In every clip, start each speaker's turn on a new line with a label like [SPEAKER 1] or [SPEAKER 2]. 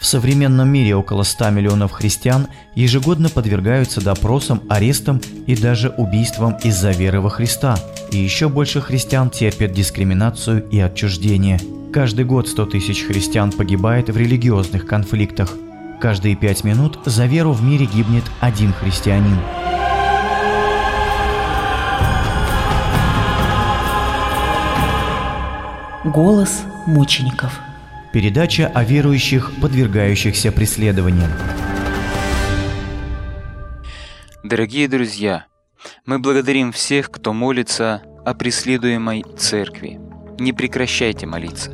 [SPEAKER 1] современном мире около 100 миллионов христиан ежегодно подвергаются допросам, арестам и даже убийствам из-за веры во Христа. И еще больше христиан терпят дискриминацию и отчуждение. Каждый год 100 тысяч христиан погибает в религиозных конфликтах. Каждые пять минут за веру в мире гибнет один христианин.
[SPEAKER 2] Голос мучеников.
[SPEAKER 1] Передача о верующих, подвергающихся преследованиям.
[SPEAKER 3] Дорогие друзья, мы благодарим всех, кто молится о преследуемой церкви. Не прекращайте молиться.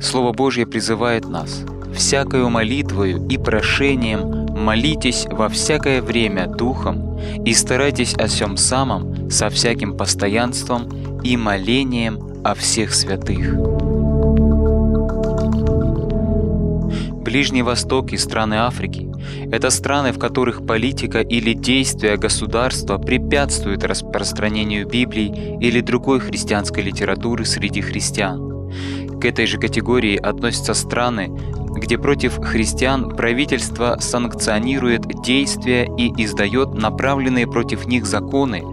[SPEAKER 3] Слово Божье призывает нас «Всякою молитвою и прошением молитесь во всякое время Духом и старайтесь о всем самом со всяким постоянством и молением о всех святых». Ближний Восток и страны Африки – это страны, в которых политика или действия государства препятствуют распространению Библии или другой христианской литературы среди христиан. К этой же категории относятся страны, где против христиан правительство санкционирует действия и издает направленные против них законы,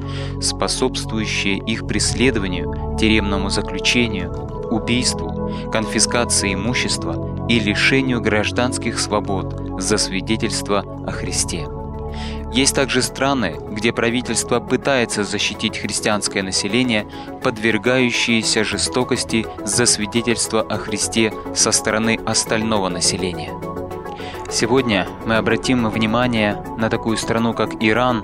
[SPEAKER 3] способствующие их преследованию, тюремному заключению, убийству, конфискации имущества и лишению гражданских свобод за свидетельство о Христе. Есть также страны, где правительство пытается защитить христианское население, подвергающееся жестокости за свидетельство о Христе со стороны остального населения. Сегодня мы обратим внимание на такую страну, как Иран,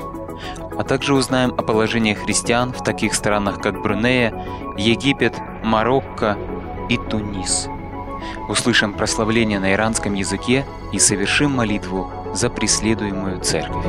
[SPEAKER 3] а также узнаем о положении христиан в таких странах, как Брунея, Египет, Марокко и Тунис услышим прославление на иранском языке и совершим молитву за преследуемую церковь.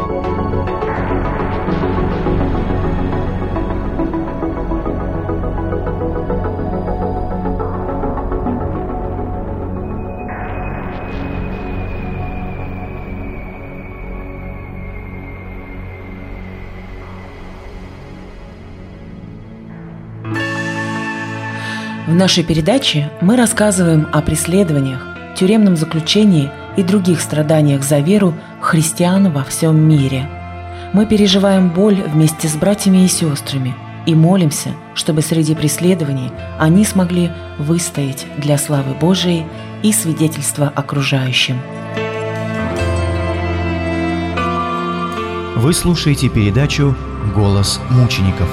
[SPEAKER 2] В нашей передаче мы рассказываем о преследованиях, тюремном заключении и других страданиях за веру христиан во всем мире. Мы переживаем боль вместе с братьями и сестрами и молимся, чтобы среди преследований они смогли выстоять для славы Божией и свидетельства окружающим.
[SPEAKER 1] Вы слушаете передачу «Голос мучеников».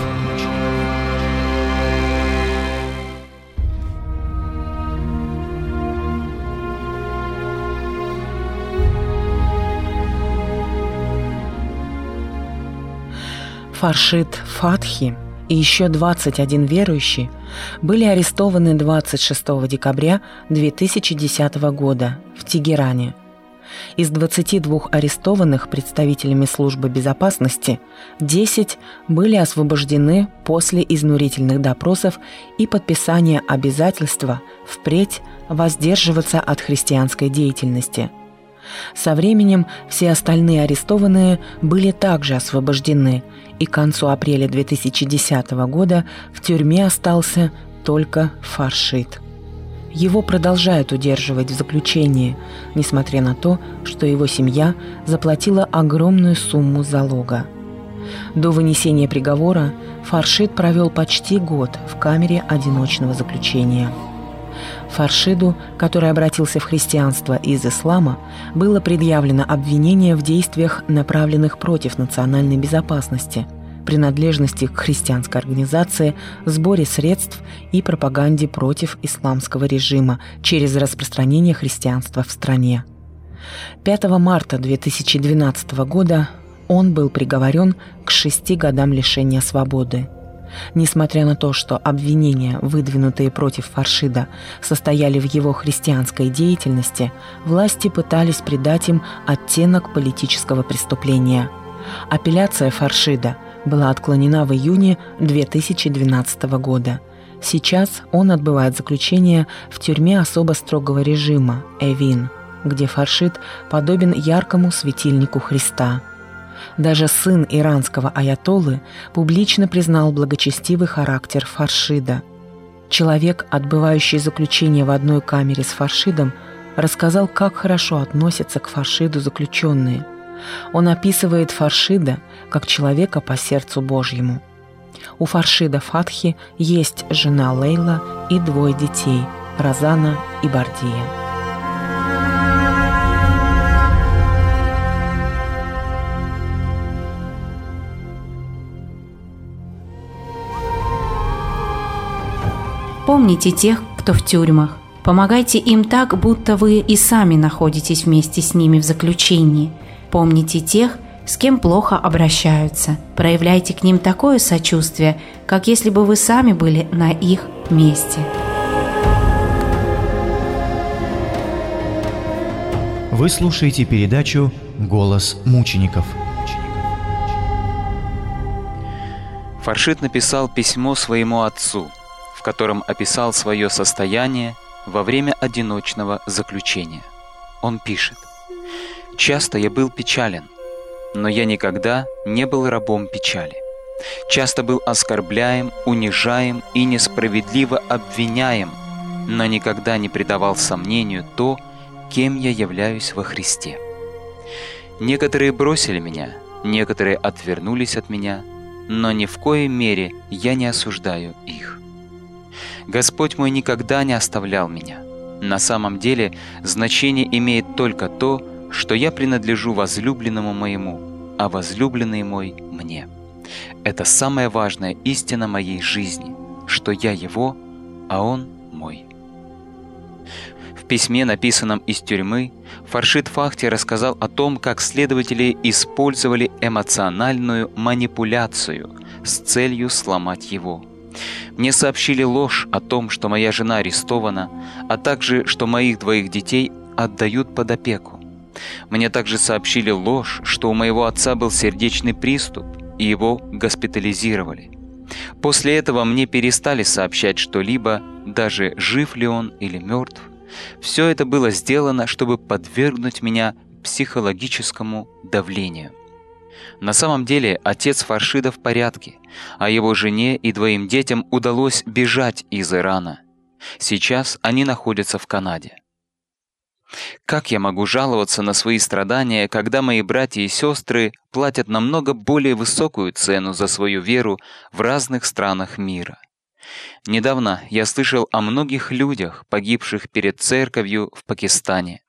[SPEAKER 2] Фаршид Фатхи и еще 21 верующий были арестованы 26 декабря 2010 года в Тегеране. Из 22 арестованных представителями службы безопасности 10 были освобождены после изнурительных допросов и подписания обязательства впредь воздерживаться от христианской деятельности – со временем все остальные арестованные были также освобождены, и к концу апреля 2010 года в тюрьме остался только Фаршит. Его продолжают удерживать в заключении, несмотря на то, что его семья заплатила огромную сумму залога. До вынесения приговора Фаршид провел почти год в камере одиночного заключения. Фаршиду, который обратился в христианство из ислама, было предъявлено обвинение в действиях, направленных против национальной безопасности, принадлежности к христианской организации, сборе средств и пропаганде против исламского режима через распространение христианства в стране. 5 марта 2012 года он был приговорен к шести годам лишения свободы – Несмотря на то, что обвинения, выдвинутые против Фаршида, состояли в его христианской деятельности, власти пытались придать им оттенок политического преступления. Апелляция Фаршида была отклонена в июне 2012 года. Сейчас он отбывает заключение в тюрьме особо строгого режима «Эвин», где Фаршид подобен яркому светильнику Христа – даже сын иранского аятолы публично признал благочестивый характер Фаршида. Человек, отбывающий заключение в одной камере с Фаршидом, рассказал, как хорошо относятся к фаршиду заключенные. Он описывает фаршида как человека по сердцу Божьему. У фаршида Фатхи есть жена Лейла и двое детей – Розана и Бардия.
[SPEAKER 4] Помните тех, кто в тюрьмах. Помогайте им так, будто вы и сами находитесь вместе с ними в заключении. Помните тех, с кем плохо обращаются. Проявляйте к ним такое сочувствие, как если бы вы сами были на их месте.
[SPEAKER 1] Вы слушаете передачу «Голос мучеников».
[SPEAKER 3] Фаршит написал письмо своему отцу, в котором описал свое состояние во время одиночного заключения. Он пишет. «Часто я был печален, но я никогда не был рабом печали. Часто был оскорбляем, унижаем и несправедливо обвиняем, но никогда не придавал сомнению то, кем я являюсь во Христе. Некоторые бросили меня, некоторые отвернулись от меня, но ни в коей мере я не осуждаю их. Господь мой никогда не оставлял меня. На самом деле значение имеет только то, что я принадлежу возлюбленному моему, а возлюбленный мой мне. Это самая важная истина моей жизни, что я его, а он мой. В письме, написанном из тюрьмы, Фаршид Фахти рассказал о том, как следователи использовали эмоциональную манипуляцию с целью сломать его – мне сообщили ложь о том, что моя жена арестована, а также, что моих двоих детей отдают под опеку. Мне также сообщили ложь, что у моего отца был сердечный приступ, и его госпитализировали. После этого мне перестали сообщать что-либо, даже жив ли он или мертв. Все это было сделано, чтобы подвергнуть меня психологическому давлению. На самом деле отец Фаршида в порядке, а его жене и двоим детям удалось бежать из Ирана. Сейчас они находятся в Канаде. Как я могу жаловаться на свои страдания, когда мои братья и сестры платят намного более высокую цену за свою веру в разных странах мира? Недавно я слышал о многих людях, погибших перед церковью в Пакистане.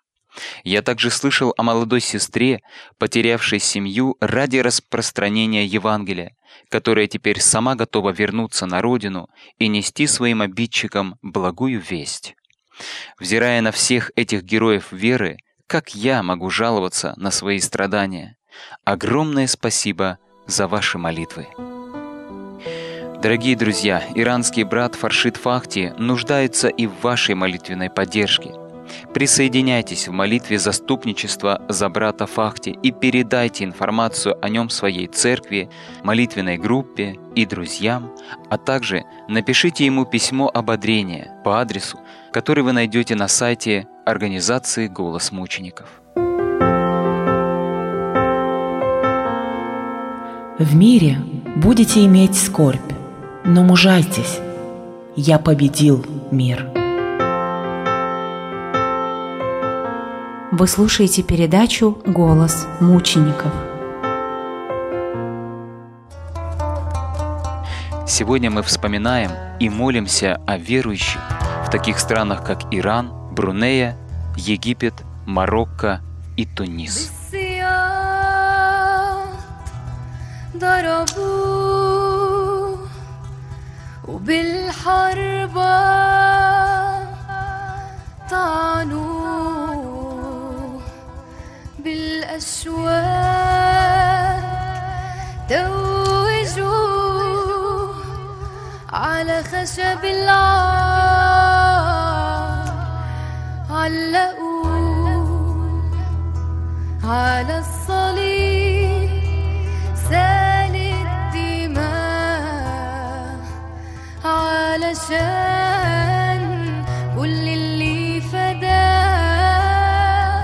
[SPEAKER 3] Я также слышал о молодой сестре, потерявшей семью ради распространения Евангелия, которая теперь сама готова вернуться на родину и нести своим обидчикам благую весть. Взирая на всех этих героев веры, как я могу жаловаться на свои страдания? Огромное спасибо за ваши молитвы. Дорогие друзья, иранский брат Фаршид Фахти нуждается и в вашей молитвенной поддержке – Присоединяйтесь в молитве заступничества за брата Фахти и передайте информацию о нем своей церкви, молитвенной группе и друзьям, а также напишите ему письмо ободрения по адресу, который вы найдете на сайте организации «Голос мучеников».
[SPEAKER 2] В мире будете иметь скорбь, но мужайтесь. Я победил мир.
[SPEAKER 4] Вы слушаете передачу «Голос мучеников».
[SPEAKER 3] Сегодня мы вспоминаем и молимся о верующих в таких странах, как Иран, Брунея, Египет, Марокко и Тунис.
[SPEAKER 5] وبالحرب طعنوا بالأشواك توجوا على خشب العار علقوا على الصليب سالت دماء علشان كل اللي فداه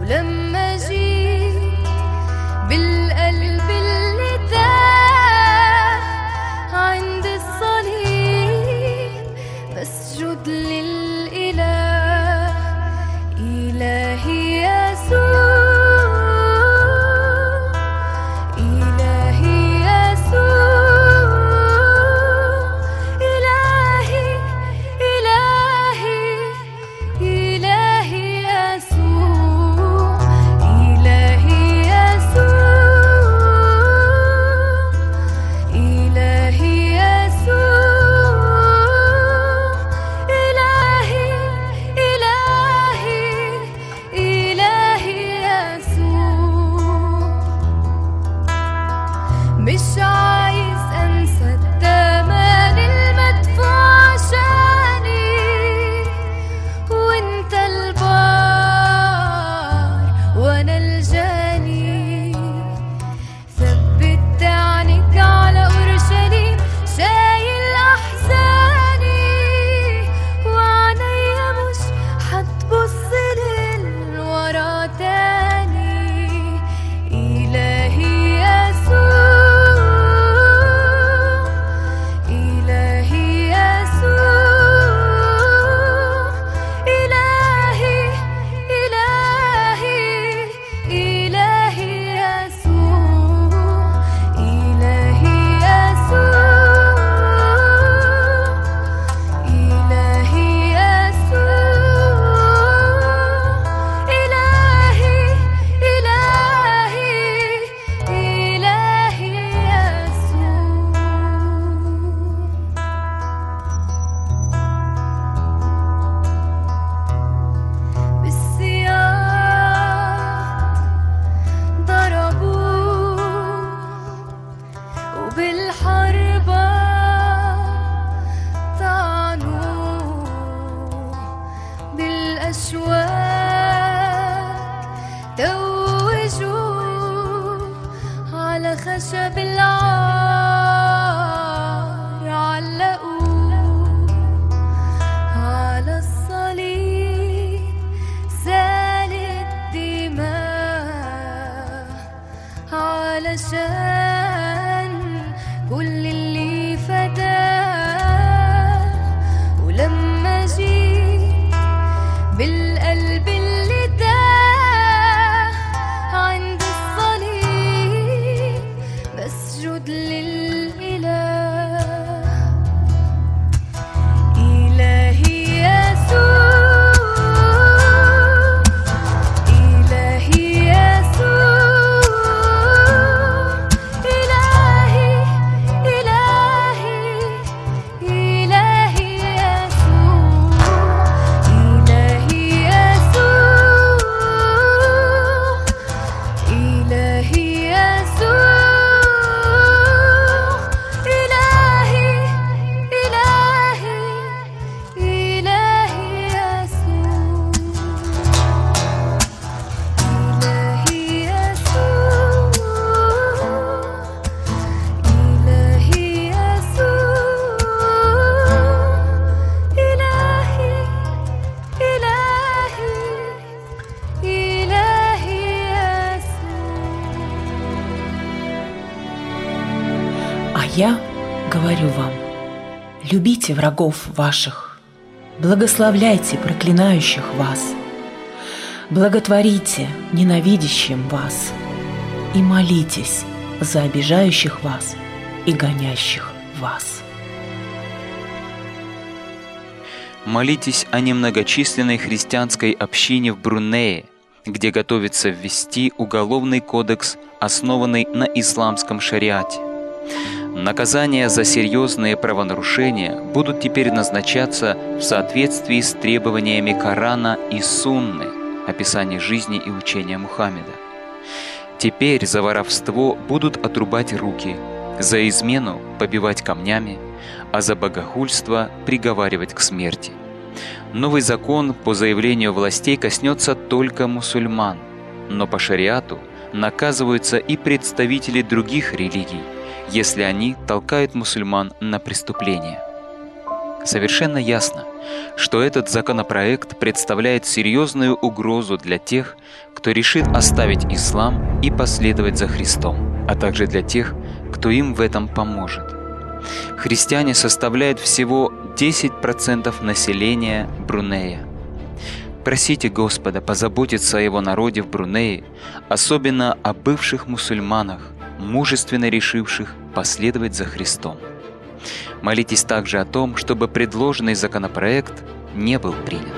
[SPEAKER 5] ولما الأشواك توجوا على خشب العار علقوا على الصليب سالت دماء علشان كل اللي فتاه ولما جيت بالقلب اللي تاه عند الصليب بسجد للإله إلهي يسوع إلهي يسوع إلهي إلهي إلهي يسوع إلهي يسوع إلهي يسوع إلهي إلهي إلهي يسوع إلهي يسوع إلهي يسوع إلهي إلهي إلهي يسوع
[SPEAKER 2] А я говорю вам, любите врагов ваших, благословляйте проклинающих вас, благотворите ненавидящим вас и молитесь за обижающих вас и гонящих вас.
[SPEAKER 3] Молитесь о немногочисленной христианской общине в Брунее, где готовится ввести уголовный кодекс, основанный на исламском шариате. Наказания за серьезные правонарушения будут теперь назначаться в соответствии с требованиями Корана и Сунны, описания жизни и учения Мухаммеда. Теперь за воровство будут отрубать руки, за измену побивать камнями, а за богохульство приговаривать к смерти. Новый закон по заявлению властей коснется только мусульман, но по шариату наказываются и представители других религий, если они толкают мусульман на преступления. Совершенно ясно, что этот законопроект представляет серьезную угрозу для тех, кто решит оставить ислам и последовать за Христом, а также для тех, кто им в этом поможет. Христиане составляют всего 10% населения Брунея. Просите Господа позаботиться о его народе в Брунее, особенно о бывших мусульманах, мужественно решивших последовать за Христом. Молитесь также о том, чтобы предложенный законопроект не был принят.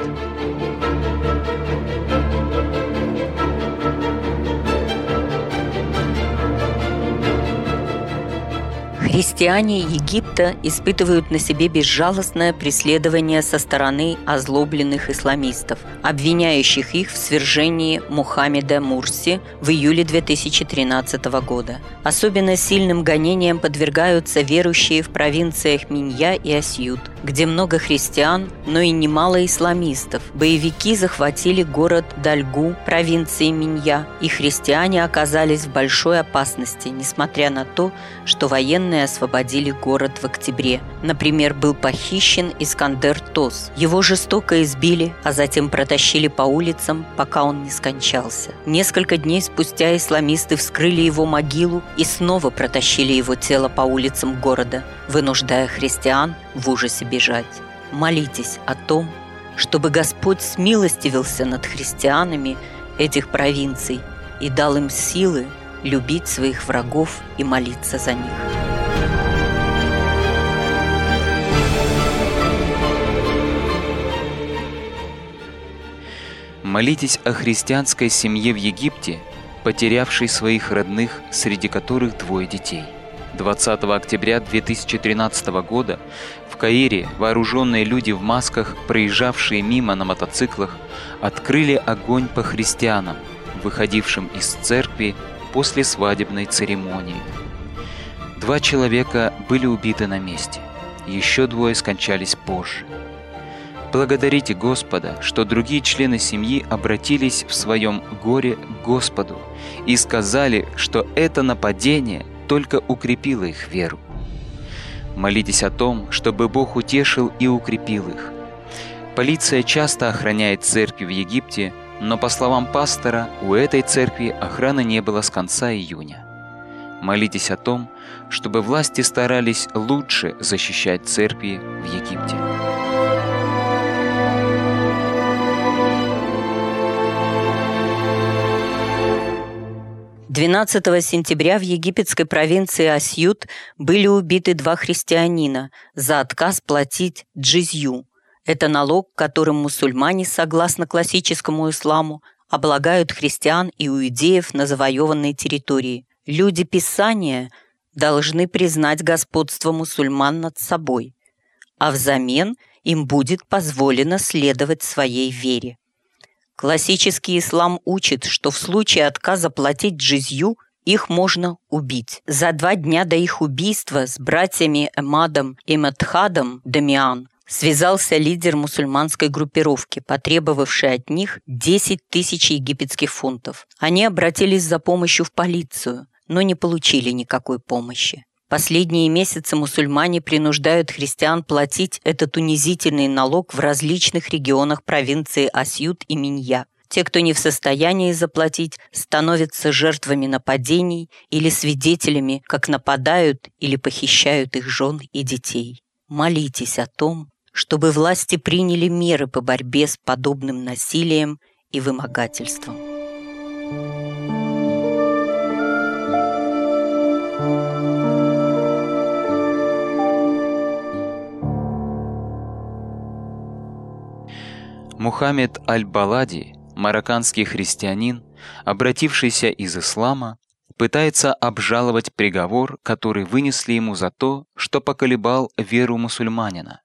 [SPEAKER 6] Христиане Египта испытывают на себе безжалостное преследование со стороны озлобленных исламистов, обвиняющих их в свержении Мухаммеда Мурси в июле 2013 года. Особенно сильным гонениям подвергаются верующие в провинциях Минья и Асьют, где много христиан, но и немало исламистов. Боевики захватили город Дальгу провинции Минья, и христиане оказались в большой опасности, несмотря на то, что военные освободили город в октябре. Например, был похищен Искандер Тос. Его жестоко избили, а затем протащили по улицам, пока он не скончался. Несколько дней спустя исламисты вскрыли его могилу и снова протащили его тело по улицам города, вынуждая христиан в ужасе бежать. Молитесь о том, чтобы Господь смилостивился над христианами этих провинций и дал им силы любить своих врагов и молиться за них.
[SPEAKER 3] Молитесь о христианской семье в Египте, потерявшей своих родных, среди которых двое детей. 20 октября 2013 года в Каире вооруженные люди в масках, проезжавшие мимо на мотоциклах, открыли огонь по христианам, выходившим из церкви после свадебной церемонии. Два человека были убиты на месте, еще двое скончались позже. Благодарите Господа, что другие члены семьи обратились в своем горе к Господу и сказали, что это нападение только укрепило их веру. Молитесь о том, чтобы Бог утешил и укрепил их. Полиция часто охраняет церкви в Египте, но, по словам пастора, у этой церкви охраны не было с конца июня. Молитесь о том, чтобы власти старались лучше защищать церкви в Египте.
[SPEAKER 5] «12 сентября в египетской провинции Асьют были убиты два христианина за отказ платить джизью. Это налог, которым мусульмане, согласно классическому исламу, облагают христиан и иудеев на завоеванной территории. Люди Писания должны признать господство мусульман над собой, а взамен им будет позволено следовать своей вере. Классический ислам учит, что в случае отказа платить джизью их можно убить. За два дня до их убийства с братьями Эмадом и Матхадом Дамиан связался лидер мусульманской группировки, потребовавший от них 10 тысяч египетских фунтов. Они обратились за помощью в полицию, но не получили никакой помощи. Последние месяцы мусульмане принуждают христиан платить этот унизительный налог в различных регионах провинции Асьют и Минья. Те, кто не в состоянии заплатить, становятся жертвами нападений или свидетелями, как нападают или похищают их жен и детей. Молитесь о том, чтобы власти приняли меры по борьбе с подобным насилием и вымогательством.
[SPEAKER 3] Мухаммед Аль-Балади, марокканский христианин, обратившийся из ислама, пытается обжаловать приговор, который вынесли ему за то, что поколебал веру мусульманина.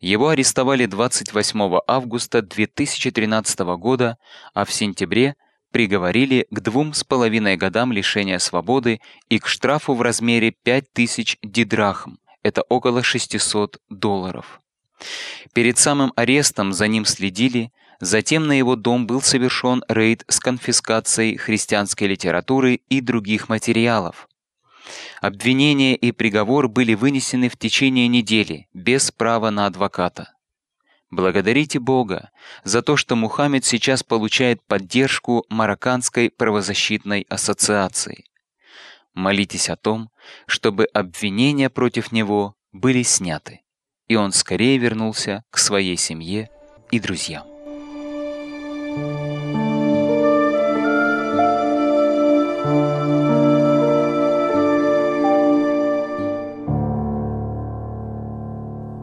[SPEAKER 3] Его арестовали 28 августа 2013 года, а в сентябре приговорили к двум с половиной годам лишения свободы и к штрафу в размере 5000 дидрахм, это около 600 долларов. Перед самым арестом за ним следили, затем на его дом был совершен рейд с конфискацией христианской литературы и других материалов. Обвинение и приговор были вынесены в течение недели, без права на адвоката. Благодарите Бога за то, что Мухаммед сейчас получает поддержку Марокканской правозащитной ассоциации. Молитесь о том, чтобы обвинения против него были сняты и он скорее вернулся к своей семье и друзьям.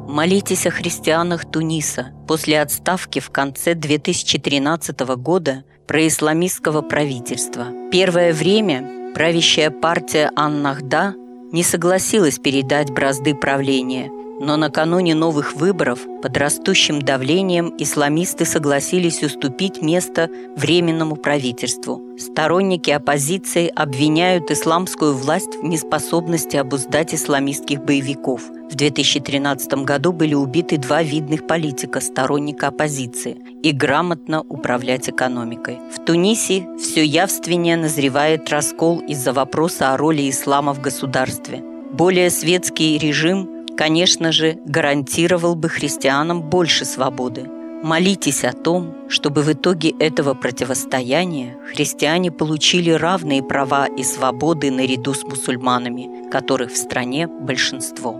[SPEAKER 5] Молитесь о христианах Туниса. После отставки в конце 2013 года происламистского правительства. Первое время правящая партия Аннахда не согласилась передать бразды правления – но накануне новых выборов под растущим давлением исламисты согласились уступить место временному правительству. Сторонники оппозиции обвиняют исламскую власть в неспособности обуздать исламистских боевиков. В 2013 году были убиты два видных политика, сторонника оппозиции, и грамотно управлять экономикой. В Тунисе все явственнее назревает раскол из-за вопроса о роли ислама в государстве. Более светский режим – конечно же, гарантировал бы христианам больше свободы. Молитесь о том, чтобы в итоге этого противостояния христиане получили равные права и свободы наряду с мусульманами, которых в стране большинство.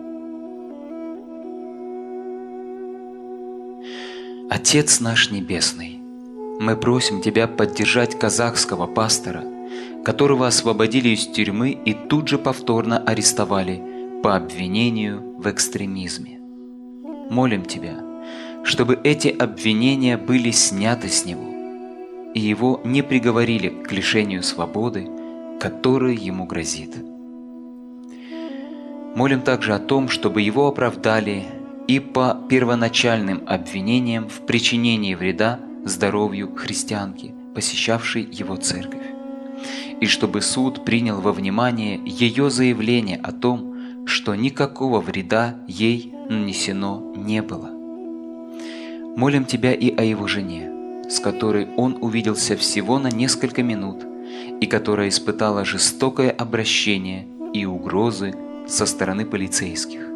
[SPEAKER 3] Отец наш Небесный, мы просим Тебя поддержать казахского пастора, которого освободили из тюрьмы и тут же повторно арестовали – по обвинению в экстремизме. Молим Тебя, чтобы эти обвинения были сняты с него, и его не приговорили к лишению свободы, которая ему грозит. Молим также о том, чтобы его оправдали и по первоначальным обвинениям в причинении вреда здоровью христианки, посещавшей его церковь, и чтобы суд принял во внимание ее заявление о том, что никакого вреда ей нанесено не было. Молим Тебя и о его жене, с которой он увиделся всего на несколько минут и которая испытала жестокое обращение и угрозы со стороны полицейских.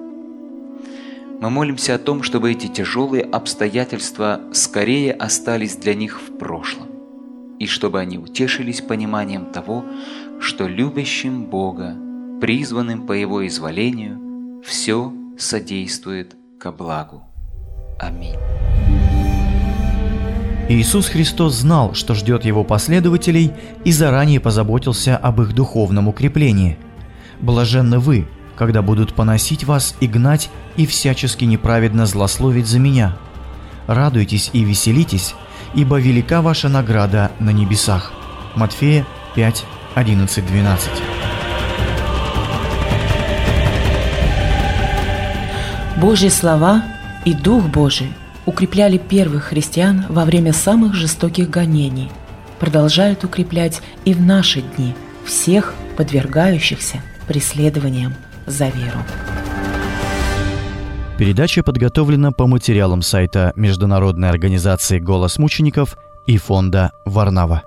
[SPEAKER 3] Мы молимся о том, чтобы эти тяжелые обстоятельства скорее остались для них в прошлом, и чтобы они утешились пониманием того, что любящим Бога, призванным по Его изволению, все содействует ко благу. Аминь.
[SPEAKER 1] Иисус Христос знал, что ждет его последователей, и заранее позаботился об их духовном укреплении. «Блаженны вы, когда будут поносить вас и гнать, и всячески неправедно злословить за меня. Радуйтесь и веселитесь, ибо велика ваша награда на небесах». Матфея 5, 11, 12.
[SPEAKER 2] Божьи слова и Дух Божий укрепляли первых христиан во время самых жестоких гонений, продолжают укреплять и в наши дни всех подвергающихся преследованиям за веру.
[SPEAKER 1] Передача подготовлена по материалам сайта Международной организации «Голос мучеников» и фонда «Варнава».